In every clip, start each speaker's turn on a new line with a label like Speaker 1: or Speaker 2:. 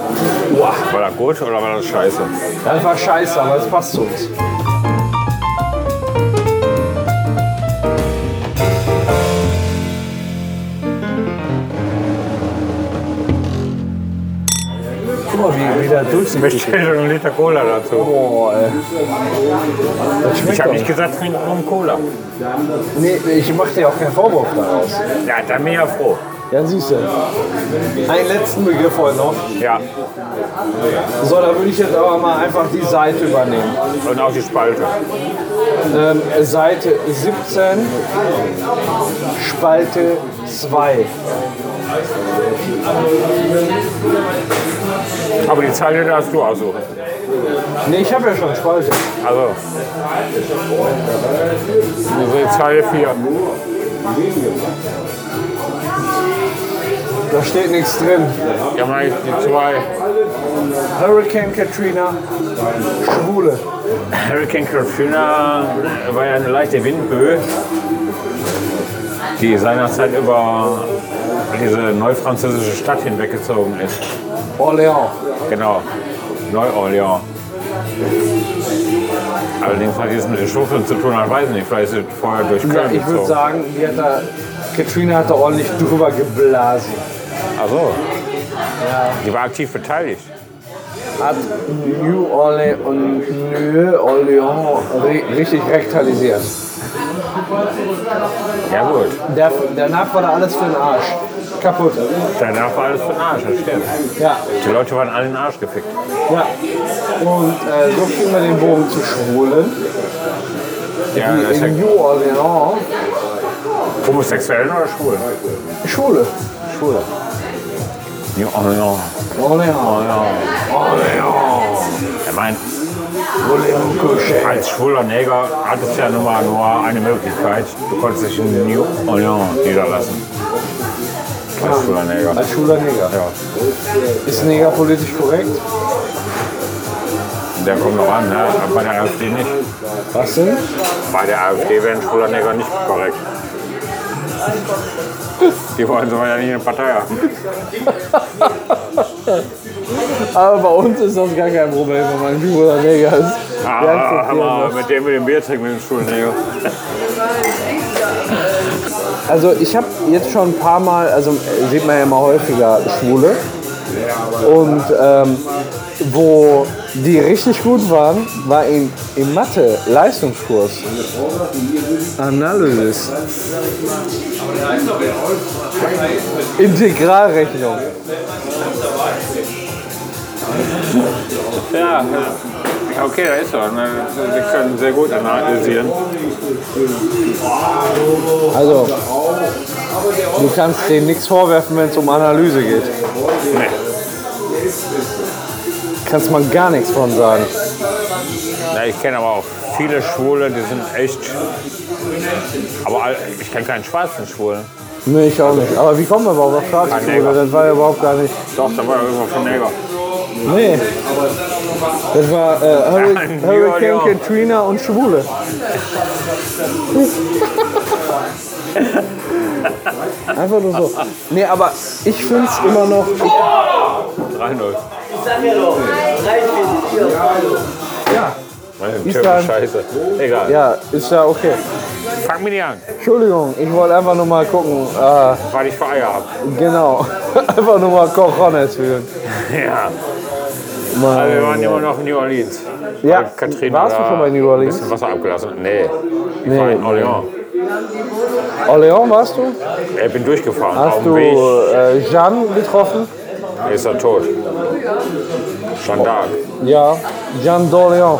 Speaker 1: Boah,
Speaker 2: War das gut oder war das scheiße?
Speaker 1: das war scheiße, aber es passt zu uns. Guck mal, wie, wie der Dutzend.
Speaker 2: Ich hätte schon einen Liter Cola dazu.
Speaker 1: Boah, ey. Das schmeckt
Speaker 2: Ich habe
Speaker 1: doch
Speaker 2: nicht gesagt, trink nur einen Cola.
Speaker 1: Nee, ich mache dir auch keinen Vorwurf daraus.
Speaker 2: Ja, dann bin ich ja froh.
Speaker 1: Ja, siehst du. Einen letzten Begriff heute noch.
Speaker 2: Ja,
Speaker 1: So, da würde ich jetzt aber mal einfach die Seite übernehmen.
Speaker 2: und auch die Spalte.
Speaker 1: Ähm, Seite 17, Spalte 2.
Speaker 2: Aber die Zeile darfst du aussuchen.
Speaker 1: Ne, ich habe ja schon Spalte.
Speaker 2: Also, diese Also Zeile 4.
Speaker 1: Da steht nichts drin.
Speaker 2: Ja, meine ich die 2.
Speaker 1: Hurricane Katrina, Schwule.
Speaker 2: Hurricane Katrina war ja eine leichte Windböe, die seinerzeit über diese neufranzösische Stadt hinweggezogen ist.
Speaker 1: Orléans.
Speaker 2: Genau, Neu-Orleans. Allerdings hat jetzt mit den Schuffeln zu tun, ich weiß nicht, vielleicht ist es vorher durch
Speaker 1: Ja,
Speaker 2: Köln
Speaker 1: ich würde
Speaker 2: gezogen.
Speaker 1: sagen, die hat da, Katrina hat da ordentlich drüber geblasen.
Speaker 2: Ach so. Die war aktiv beteiligt.
Speaker 1: Hat New Orleans und New Orleans ri- richtig rektalisiert.
Speaker 2: Ja gut,
Speaker 1: Der, danach war da alles für den Arsch. Kaputt.
Speaker 2: danach war alles für den Arsch, das stimmt.
Speaker 1: Ja,
Speaker 2: Die Leute waren alle in den Arsch gefickt.
Speaker 1: ja. Und äh, so kriegen wir den Bogen zu Schwulen,
Speaker 2: Ja,
Speaker 1: die
Speaker 2: das ist
Speaker 1: in
Speaker 2: ja
Speaker 1: New Orleans
Speaker 2: Homosexuellen oder Schwulen?
Speaker 1: Schwule.
Speaker 2: Schwule. New Orleans.
Speaker 1: Orleans.
Speaker 2: Orleans.
Speaker 1: Orleans.
Speaker 2: Er meint,
Speaker 1: Orleans Couché.
Speaker 2: als schwuler Neger hattest du ja nun mal nur eine Möglichkeit. Du konntest dich in New Orleans niederlassen. Als schwuler Neger.
Speaker 1: Als schwuler Neger.
Speaker 2: Ja.
Speaker 1: Ist Neger politisch korrekt?
Speaker 2: Der kommt noch an, ne? Aber bei der AfD nicht.
Speaker 1: Was denn?
Speaker 2: Bei der AfD wäre ein schwuler Neger nicht korrekt. Die wollen so ja nicht in der Partei haben.
Speaker 1: Aber bei uns ist das gar kein Problem, wenn man ein schwuler Neger ist. also. Wir
Speaker 2: Ah,
Speaker 1: akzeptieren
Speaker 2: Hammer,
Speaker 1: das.
Speaker 2: mit dem wir den Bier trinken, mit dem ne, schwulen Neger.
Speaker 1: Also ich habe jetzt schon ein paar Mal, also äh, sieht man ja immer häufiger Schwule. Und ähm, wo die richtig gut waren, war in, in Mathe, Leistungskurs. Analysis. Integralrechnung.
Speaker 2: Ja, ja. okay, da ist er. ne? Sie können sehr gut analysieren.
Speaker 1: Also, du kannst denen nichts vorwerfen, wenn es um Analyse geht.
Speaker 2: Nee.
Speaker 1: Kannst man gar nichts von sagen.
Speaker 2: Na, ich kenne aber auch viele Schwule, die sind echt. Aber all- ich kenne keinen schwarzen Schwulen.
Speaker 1: Nee, ich auch nicht. Aber wie kommen wir überhaupt auf Staatsschule?
Speaker 2: Neger.
Speaker 1: Das war ja überhaupt gar nicht.
Speaker 2: Doch, da war irgendwo von Neger.
Speaker 1: Nee. Das war äh, Hurri-
Speaker 2: Nein, die
Speaker 1: Hurricane
Speaker 2: Orleans.
Speaker 1: Katrina und Schwule. Einfach nur so. Nee, aber ich finde es immer
Speaker 2: 3-0.
Speaker 1: noch.
Speaker 3: Sag ja doch, reicht mir nicht.
Speaker 1: Ja.
Speaker 2: Meine
Speaker 1: Island.
Speaker 2: Scheiße. Egal.
Speaker 1: Ja, ist ja okay.
Speaker 2: Fang mich nicht an,
Speaker 1: Entschuldigung, ich wollte einfach nur mal gucken. Äh,
Speaker 2: weil ich Feier habe.
Speaker 1: genau. Einfach nur mal Cojones fühlen.
Speaker 2: Ja.
Speaker 1: Mann.
Speaker 2: Also wir waren immer noch in New Orleans.
Speaker 1: Ja,
Speaker 2: Weil Katrin
Speaker 1: warst du
Speaker 2: da
Speaker 1: schon mal in New Orleans?
Speaker 2: Ein bisschen Wasser abgelassen. Nee, ich
Speaker 1: Nee.
Speaker 2: war in Orleans.
Speaker 1: Orleans Oh, warst du?
Speaker 2: Ich bin durchgefahren. Auf
Speaker 1: Hast
Speaker 2: dem
Speaker 1: du
Speaker 2: Weg
Speaker 1: äh, Jeanne getroffen?
Speaker 2: ist er tot. Schon da.
Speaker 1: Ja. Jeanne d'Orléans.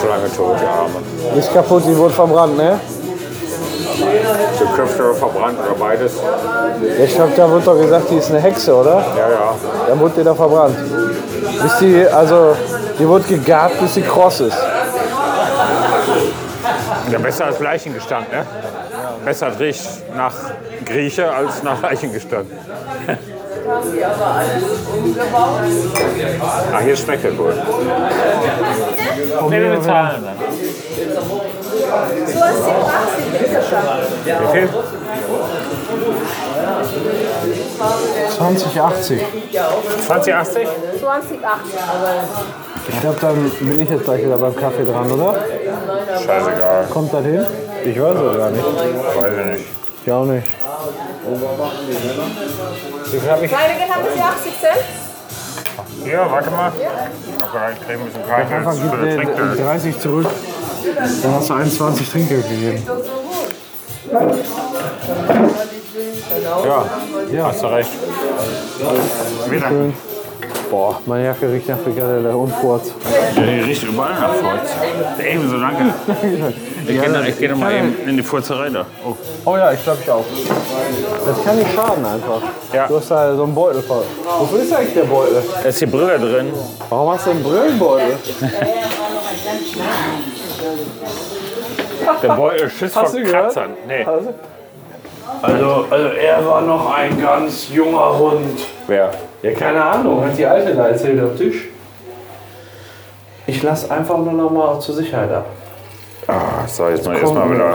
Speaker 2: Schon lange tot, der Arme.
Speaker 1: Ist kaputt, die wurde verbrannt, ne?
Speaker 2: Geköpft oder verbrannt oder beides.
Speaker 1: Ich glaube, da wird doch gesagt, die ist eine Hexe, oder?
Speaker 2: Ja, ja.
Speaker 1: Dann wurde die da verbrannt. Bis die, also, die wurde gegart, bis sie kross ist.
Speaker 2: Ja, besser als Leichengestank, ne? Besser riecht nach Grieche als nach Leichengestank. Ah, hier schmeckt er gut. Nee, wir bezahlen dann. Wie viel?
Speaker 4: 2080.
Speaker 2: 2080?
Speaker 5: 2080.
Speaker 4: Ich glaube, dann bin ich jetzt gleich wieder beim Kaffee dran, oder?
Speaker 2: Scheißegal.
Speaker 4: Kommt das hin? Ich weiß es gar nicht.
Speaker 2: Weiß ich nicht.
Speaker 4: Ich auch nicht.
Speaker 2: Wie viel habe ich?
Speaker 5: Deine genau ist die 80 Cent.
Speaker 2: Hier, warte mal. Okay, ich kriege ein bisschen
Speaker 4: Einfach
Speaker 2: Kaffee
Speaker 4: gib
Speaker 2: für das
Speaker 4: dir
Speaker 2: Trinkgeld.
Speaker 4: 30 zurück. Dann hast du 21 Trinkgeld gegeben.
Speaker 2: Ja. hast du recht. Wieder.
Speaker 4: Boah, meine Jacke riecht nach Frikadelle und Furz.
Speaker 2: Ja, die riecht überall nach Furz. Ebenso, danke. Ich gehe ich geh noch mal eben in die Furzerei da. Oh.
Speaker 4: Oh ja, ich glaube ich auch. Das kann nicht schaden einfach.
Speaker 2: Ja.
Speaker 4: Du hast da so einen Beutel voll. Wofür ist eigentlich der Beutel?
Speaker 2: Da ist die Brille drin.
Speaker 4: Warum hast du einen Brillenbeutel?
Speaker 2: Der Beutel schützt vor
Speaker 4: Hast du gehört?
Speaker 2: Kratzern. Nee.
Speaker 4: Also,
Speaker 1: Also, also er war noch ein ganz junger Hund.
Speaker 2: Wer?
Speaker 1: Ja, keine Ahnung, hat die Alte da erzählt am Tisch. Ich lass einfach nur noch mal zur Sicherheit ab.
Speaker 2: Ah, so, jetzt mal erstmal wieder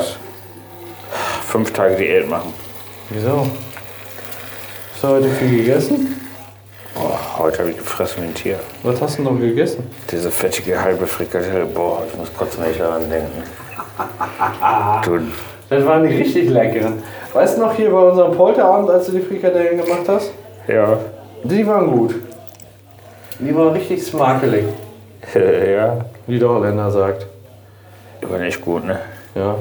Speaker 2: fünf Tage Diät machen.
Speaker 1: Wieso? Hast du heute viel gegessen?
Speaker 2: Oh, heute habe ich gefressen wie ein Tier.
Speaker 1: Was hast du denn noch gegessen?
Speaker 2: Diese fettige halbe Frikadelle. Boah, ich muss kurz nicht daran denken. Du,
Speaker 1: Das waren die richtig leckeren. Weißt du noch hier bei unserem Polterabend, als du die Frikadellen gemacht hast?
Speaker 2: ja.
Speaker 1: Die waren gut. Die waren richtig smakelig,
Speaker 2: ja.
Speaker 1: wie der Holländer sagt.
Speaker 2: Die war nicht gut, ne?
Speaker 1: Ja.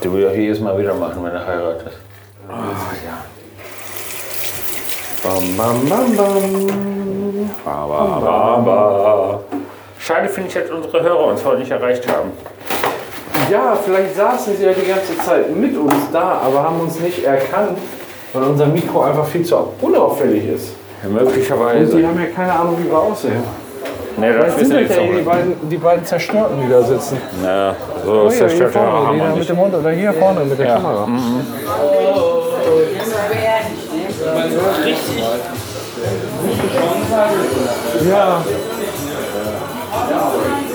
Speaker 2: Die will ich auch jedes Mal wieder machen, wenn du heiratest. Ah,
Speaker 1: Bam, bam, bam, bam.
Speaker 2: Aber, aber, aber. Schade finde ich, dass unsere Hörer uns heute nicht erreicht haben.
Speaker 1: Ja, vielleicht saßen sie ja die ganze Zeit mit uns da, aber haben uns nicht erkannt, weil unser Mikro einfach viel zu unauffällig ist. Und
Speaker 2: möglicherweise.
Speaker 1: die haben ja keine Ahnung, wie wir aussehen.
Speaker 2: Ne, das
Speaker 4: sind
Speaker 2: wissen
Speaker 4: das
Speaker 2: jetzt
Speaker 4: ja eh die
Speaker 2: nicht.
Speaker 4: beiden, die beiden Zerstörten, die da sitzen.
Speaker 2: Na, so
Speaker 4: Oh ja, hier
Speaker 2: zerstört der
Speaker 4: vorne, die da
Speaker 2: Hammer
Speaker 4: mit
Speaker 2: nicht.
Speaker 4: dem Hund oder hier vorne mit der Kamera.
Speaker 2: Mhm.
Speaker 4: Ja.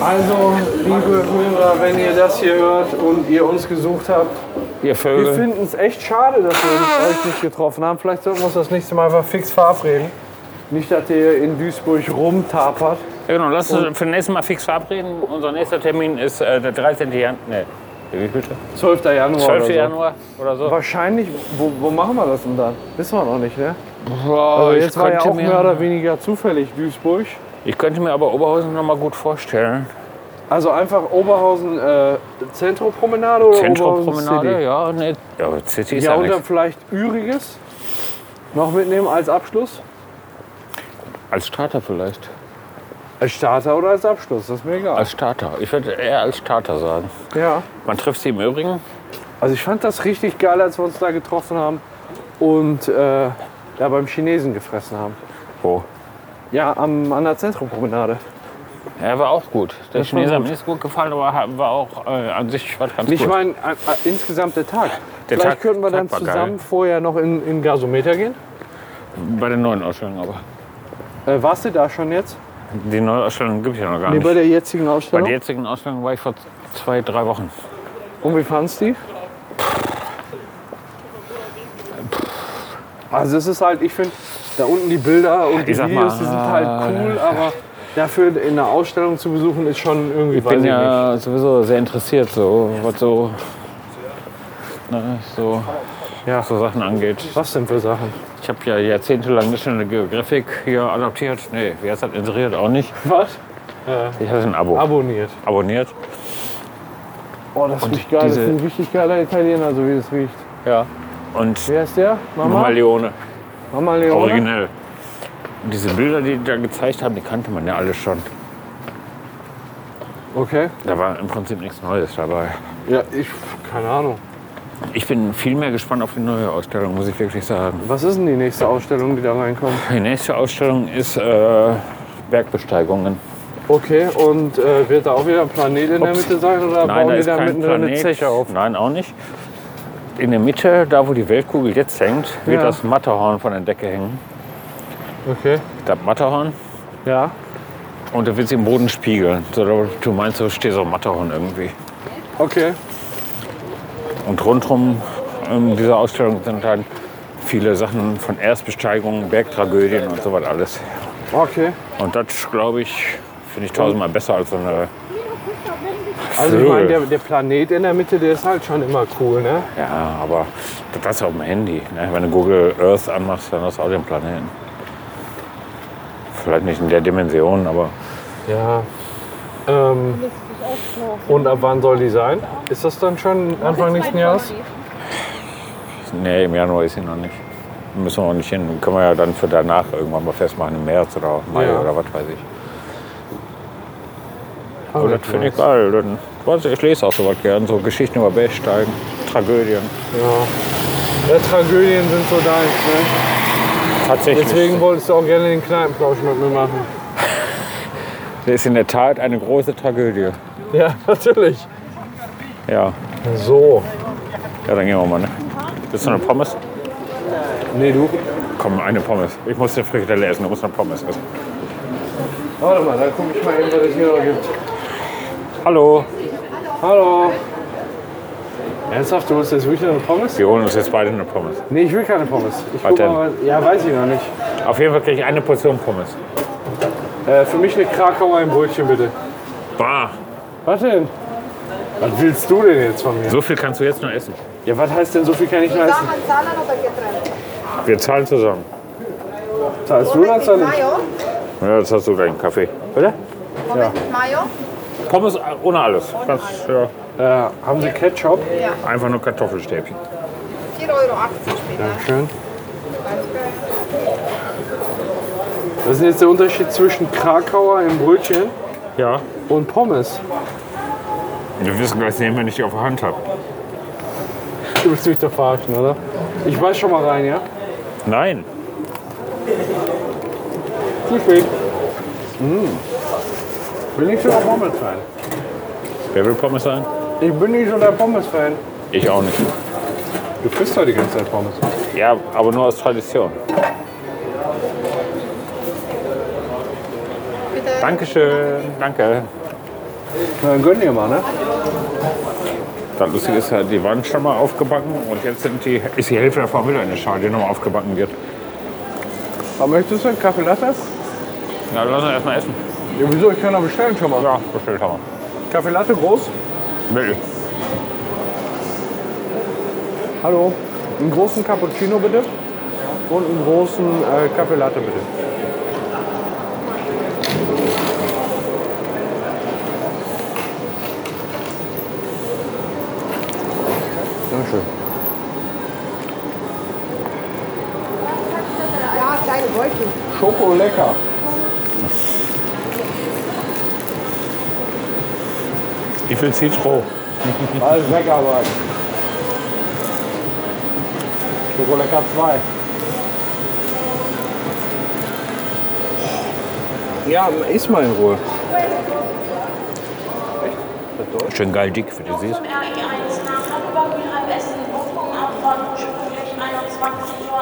Speaker 1: Also, liebe Hörer, wenn ihr das hier hört und ihr uns gesucht habt,
Speaker 2: Ihr
Speaker 1: wir
Speaker 2: Vögel.
Speaker 1: finden es echt schade, dass wir euch nicht getroffen haben. Vielleicht sollten wir uns das nächste Mal einfach fix verabreden. Nicht, dass ihr in Duisburg rumtapert.
Speaker 2: Genau, lass uns für den nächsten Mal fix verabreden. Unser nächster Termin ist äh, der 13. Januar. Ne, wie bitte?
Speaker 1: 12. Januar.
Speaker 2: 12.
Speaker 1: oder so.
Speaker 2: Januar oder so.
Speaker 1: Wahrscheinlich, wo, wo machen wir das denn dann? Wissen wir noch nicht, ne?
Speaker 2: Boah,
Speaker 1: Aber jetzt war ja auch mehr oder weniger zufällig Duisburg.
Speaker 2: ich könnte mir aber Oberhausen noch mal gut vorstellen.
Speaker 1: Also einfach Oberhausen äh, Zentropromenade oder Oberhausen
Speaker 2: Zentrumpromenade,
Speaker 1: City?
Speaker 2: ja, ne. Ja, aber City ist
Speaker 1: Ja,
Speaker 2: ja,
Speaker 1: und dann
Speaker 2: nichts.
Speaker 1: vielleicht Üriges noch mitnehmen als Abschluss.
Speaker 2: Als Starter vielleicht.
Speaker 1: Als Starter oder als Abschluss, das ist mir egal.
Speaker 2: Als Starter. Ich würde eher als Starter sagen.
Speaker 1: Ja.
Speaker 2: Man trifft sie im Übrigen.
Speaker 1: Also ich fand das richtig geil, als wir uns da getroffen haben und äh, da beim Chinesen gefressen haben.
Speaker 2: Wo?
Speaker 1: Ja, am, an der Zentrumpromenade.
Speaker 2: Ja, war auch gut. Der Chinese hat mir nicht gut gefallen, aber ha- war auch äh, an sich was ganz
Speaker 1: Ich
Speaker 2: gut.
Speaker 1: meine, äh, äh, insgesamt der Tag.
Speaker 2: Der
Speaker 1: Vielleicht
Speaker 2: Tag-
Speaker 1: könnten wir
Speaker 2: Tag
Speaker 1: dann
Speaker 2: war geil.
Speaker 1: zusammen vorher noch in, in Gasometer gehen.
Speaker 2: Bei den neuen Ausstellungen aber.
Speaker 1: Äh, warst du da schon jetzt?
Speaker 2: Die neue Ausstellung gibt es ja noch gar
Speaker 1: Nee,
Speaker 2: nicht.
Speaker 1: bei der jetzigen
Speaker 2: Bei
Speaker 1: Ausstellung.
Speaker 2: der jetzigen Ausstellung war ich vor zwei, drei Wochen.
Speaker 1: Und wie fandst du die? Also es ist halt, ich finde, da unten die Bilder und die
Speaker 2: Ich sag mal, ah,
Speaker 1: Videos, die sind halt cool, aber dafür in einer Ausstellung zu besuchen, ist schon irgendwie,
Speaker 2: Ich
Speaker 1: weiß
Speaker 2: bin
Speaker 1: ich nicht.
Speaker 2: ja sowieso sehr interessiert, so, was so, ne, so,
Speaker 1: Ja.
Speaker 2: so Sachen angeht.
Speaker 1: Was denn für Sachen?
Speaker 2: Ich habe ja jahrzehntelang National Geographic hier adoptiert. Nee, wer es hat inseriert, auch nicht.
Speaker 1: Was?
Speaker 2: Ich hatte ein Abo
Speaker 1: Abonniert.
Speaker 2: abonniert.
Speaker 1: Oh, das riecht geil. Das ist
Speaker 2: diese-
Speaker 1: ein richtig geiler Italiener, so wie das riecht.
Speaker 2: Ja. Und
Speaker 1: Wer ist der?
Speaker 2: Mama
Speaker 1: Mama?
Speaker 2: Leone,
Speaker 1: Mama Leone?
Speaker 2: originell. Und diese Bilder, die die da gezeigt haben, die kannte man ja alle schon.
Speaker 1: Okay.
Speaker 2: Da war im Prinzip nichts Neues dabei.
Speaker 1: Ja, ich, keine Ahnung.
Speaker 2: Ich bin viel mehr gespannt auf die neue Ausstellung, muss ich wirklich sagen.
Speaker 1: Was ist denn die nächste Ausstellung, die da reinkommt?
Speaker 2: Die nächste Ausstellung ist äh, Bergbesteigungen.
Speaker 1: Okay, und äh, wird da auch wieder ein Planet in der
Speaker 2: Ups.
Speaker 1: Mitte sein oder
Speaker 2: Nein,
Speaker 1: bauen
Speaker 2: da
Speaker 1: die
Speaker 2: ist
Speaker 1: da
Speaker 2: kein
Speaker 1: mittendrin eine
Speaker 2: Planet.
Speaker 1: Zeche auf?
Speaker 2: Nein, auch nicht. In der Mitte, da wo die Weltkugel jetzt hängt, wird
Speaker 1: Ja.
Speaker 2: das Matterhorn von der Decke hängen.
Speaker 1: Okay.
Speaker 2: Das Matterhorn.
Speaker 1: Ja.
Speaker 2: Und da wird sie im Boden spiegeln. So, du meinst, du stehst auf dem Matterhorn irgendwie.
Speaker 1: Okay.
Speaker 2: Und rundherum in dieser ähm, Ausstellung sind dann halt viele Sachen von Erstbesteigungen, Bergtragödien und so was alles.
Speaker 1: Okay.
Speaker 2: Und das, glaube ich, finde ich tausendmal besser als so eine
Speaker 1: Also ich
Speaker 2: Flöhe.
Speaker 1: meine, der, der Planet in der Mitte, der ist halt schon immer cool, ne?
Speaker 2: Ja, aber das hast du auf dem Handy. Ne? Wenn du Google Earth anmachst, dann hast du auch den Planeten. Vielleicht nicht in der Dimension, aber
Speaker 1: Ja. Ähm, und ab wann soll die sein? Ist das dann schon Anfang nächsten Jahres?
Speaker 2: nee, im Januar ist sie noch nicht. Müssen wir auch nicht hin. Können wir ja dann für danach irgendwann mal festmachen, im März oder Mai
Speaker 1: Ja.
Speaker 2: oder was weiß ich. Aber das finde ich geil. Dann, weißt du, ich lese auch sowas gern. So Geschichten über Bergsteigen, Tragödien.
Speaker 1: Ja, Tragödien sind so deins, ne?
Speaker 2: Tatsächlich.
Speaker 1: Deswegen wolltest du auch gerne den Kneipenplausch mit mir machen.
Speaker 2: das ist in der Tat eine große Tragödie.
Speaker 1: Ja, natürlich.
Speaker 2: Ja,
Speaker 1: So.
Speaker 2: ja dann gehen wir mal. Ne? Willst du eine Pommes?
Speaker 1: Nee, du.
Speaker 2: Komm, eine Pommes. Ich muss eine Frikadelle essen, du musst eine Pommes essen.
Speaker 1: Warte mal, dann guck ich mal eben, was es hier noch gibt.
Speaker 2: Hallo,
Speaker 1: Hallo. Ernsthaft, du willst jetzt wirklich eine Pommes?
Speaker 2: wir holen uns jetzt beide eine Pommes.
Speaker 1: Nee, ich will keine Pommes. Ich
Speaker 2: Was
Speaker 1: guck
Speaker 2: denn?
Speaker 1: mal, was- ja, weiß ich noch nicht.
Speaker 2: Auf jeden Fall kriege ich eine Portion Pommes.
Speaker 1: Äh, für mich eine Krakauer im Brötchen, bitte.
Speaker 2: Bah,
Speaker 1: Was denn? Was willst du denn jetzt von mir?
Speaker 2: so viel kannst du jetzt noch essen.
Speaker 1: Ja, was heißt denn, so viel kann ich leisten?
Speaker 2: Wir zahlen zusammen.
Speaker 1: Zahlst du das dann nicht?
Speaker 5: Mayo?
Speaker 2: Ja, jetzt hast du gleich einen Kaffee.
Speaker 1: Oder?
Speaker 5: Moment, Mayo?
Speaker 2: Pommes äh, ohne alles. Ganz, ja,
Speaker 1: Ja, Äh, haben Sie Ketchup?
Speaker 2: einfach nur Kartoffelstäbchen.
Speaker 5: 4,80 Euro später.
Speaker 1: Dankeschön. Das ist jetzt der Unterschied zwischen Krakauer im Brötchen
Speaker 2: Ja.
Speaker 1: und Pommes.
Speaker 2: Wir wissen gleich nehmen, wenn ich die auf der Hand habe.
Speaker 1: Du willst mich doch verarschen, oder? Ich weiß schon mal rein, ja?
Speaker 2: Nein.
Speaker 1: Zu spät. Hm. Bin nicht so der Pommes-Fan.
Speaker 2: Wer will Pommes sein?
Speaker 1: Ich bin nicht so der Pommes-Fan.
Speaker 2: Ich auch nicht.
Speaker 1: Du frisst doch die ganze Zeit Pommes.
Speaker 2: Ja, aber nur aus Tradition. Dankeschön. Danke.
Speaker 1: Na, dann gönn dir mal, ne?
Speaker 2: Das Lustige ist ja, die waren schon mal aufgebacken und jetzt sind die, ist die Hälfte davon wieder in der Schale, die nochmal aufgebacken wird.
Speaker 1: Aber möchtest du einen Kaffee Latte?
Speaker 2: Na, lass uns erstmal essen.
Speaker 1: Ja, wieso? Ich kann doch bestellen schon mal.
Speaker 2: Ja, bestellt haben
Speaker 1: Kaffee Latte groß?
Speaker 2: wir. Mittel.
Speaker 1: Hallo. Einen großen Cappuccino bitte. Und einen großen äh, Kaffee Latte bitte. Dankeschön.
Speaker 5: Ja, kleine Beutel.
Speaker 1: Schoko lecker.
Speaker 2: Ich will Citro.
Speaker 1: Alles Wegarbeit. Schokolecker 2. Ja, iss mal in Ruhe.
Speaker 2: Schön geil dick, wie du siehst.
Speaker 6: Zum RE1 nach Hamburg, Ihre besten Buchungen ab von sprüglich 21.38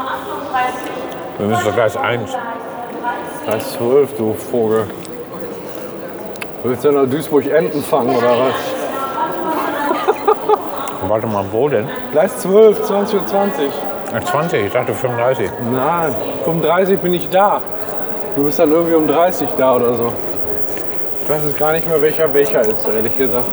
Speaker 6: Uhr.
Speaker 2: Wir müssen doch gleich eins.
Speaker 1: Das ist 12, du Vogel. Willst du noch Duisburg Enten fangen oder was?
Speaker 2: Warte mal, wo denn?
Speaker 1: Gleich 12, 20 Uhr 20.
Speaker 2: Äh, 20, ich dachte 35.
Speaker 1: Nein, um 30 bin ich da. Du bist dann irgendwie um 30 da oder so. Ich weiß jetzt gar nicht mehr, welcher welcher ist, ehrlich gesagt.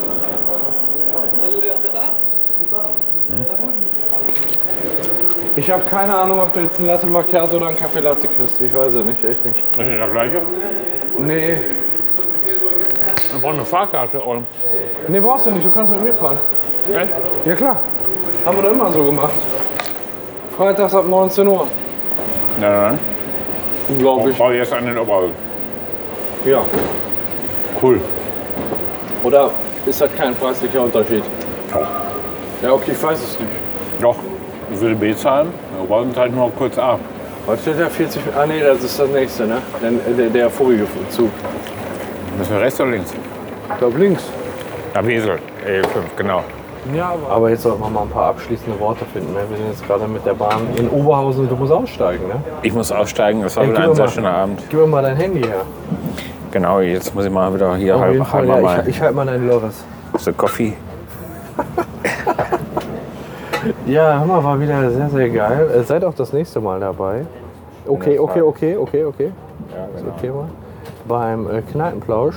Speaker 1: Ich habe keine Ahnung, ob du jetzt einen Latte Macchiato oder einen Kaffee Latte kriegst. Ich weiß es nicht, echt nicht.
Speaker 2: Ist das der gleiche?
Speaker 1: Nee,
Speaker 2: Wir brauchen eine Fahrkarte. Oder?
Speaker 1: nee brauchst du nicht, du kannst mit mir fahren.
Speaker 2: Echt?
Speaker 1: Ja klar, haben wir doch immer so gemacht. Freitags ab 19 Uhr,
Speaker 2: Nein, nein.
Speaker 1: glaube
Speaker 2: Ich
Speaker 1: ich.
Speaker 2: brauche jetzt einen in Oberhausen.
Speaker 1: Ja.
Speaker 2: Cool.
Speaker 1: Oder ist das kein preislicher Unterschied?
Speaker 2: Doch.
Speaker 1: Ja, okay, ich weiß es nicht.
Speaker 2: Doch. Ich würde B zahlen. In Oberhausen zahlt nur kurz A.
Speaker 1: Was steht da 40? Ah nee, das ist das nächste, ne? Der, der, der vorige Zug.
Speaker 2: Müssen wir rechts oder links?
Speaker 1: Ich glaube links.
Speaker 2: Ab Wesel. E5, genau.
Speaker 1: Ja, aber. aber jetzt sollten wir mal ein paar abschließende Worte finden. Ne? Wir sind jetzt gerade mit der Bahn in Oberhausen. Du musst aussteigen, ne?
Speaker 2: Ich muss aussteigen. Es war
Speaker 1: Ja,
Speaker 2: wieder
Speaker 1: gehen
Speaker 2: ein
Speaker 1: wir
Speaker 2: sehr
Speaker 1: mal.
Speaker 2: schöner Abend.
Speaker 1: Gib mir mal dein Handy her.
Speaker 2: Genau, jetzt muss ich mal wieder hier
Speaker 1: Auf
Speaker 2: halb,
Speaker 1: jeden Fall,
Speaker 2: halb
Speaker 1: ja,
Speaker 2: mal
Speaker 1: ich, ich halte mal deinen Loris.
Speaker 2: so Coffee.
Speaker 1: Ja, Hammer war wieder sehr, sehr geil. Äh, Seid auch das nächste Mal dabei. Okay, okay, okay, okay, okay.
Speaker 2: Ja,
Speaker 1: Das
Speaker 2: genau.
Speaker 1: okay war. Beim äh, Kneipenplausch.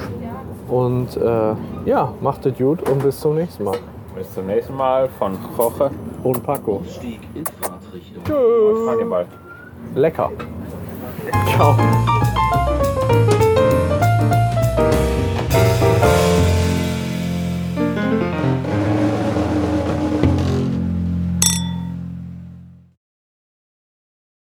Speaker 1: Und äh, ja, macht es gut und bis zum nächsten Mal.
Speaker 2: Bis zum nächsten Mal von Kroche.
Speaker 1: Und Paco. Äh.
Speaker 2: Ich frag den Ball.
Speaker 1: Lecker. Ciao.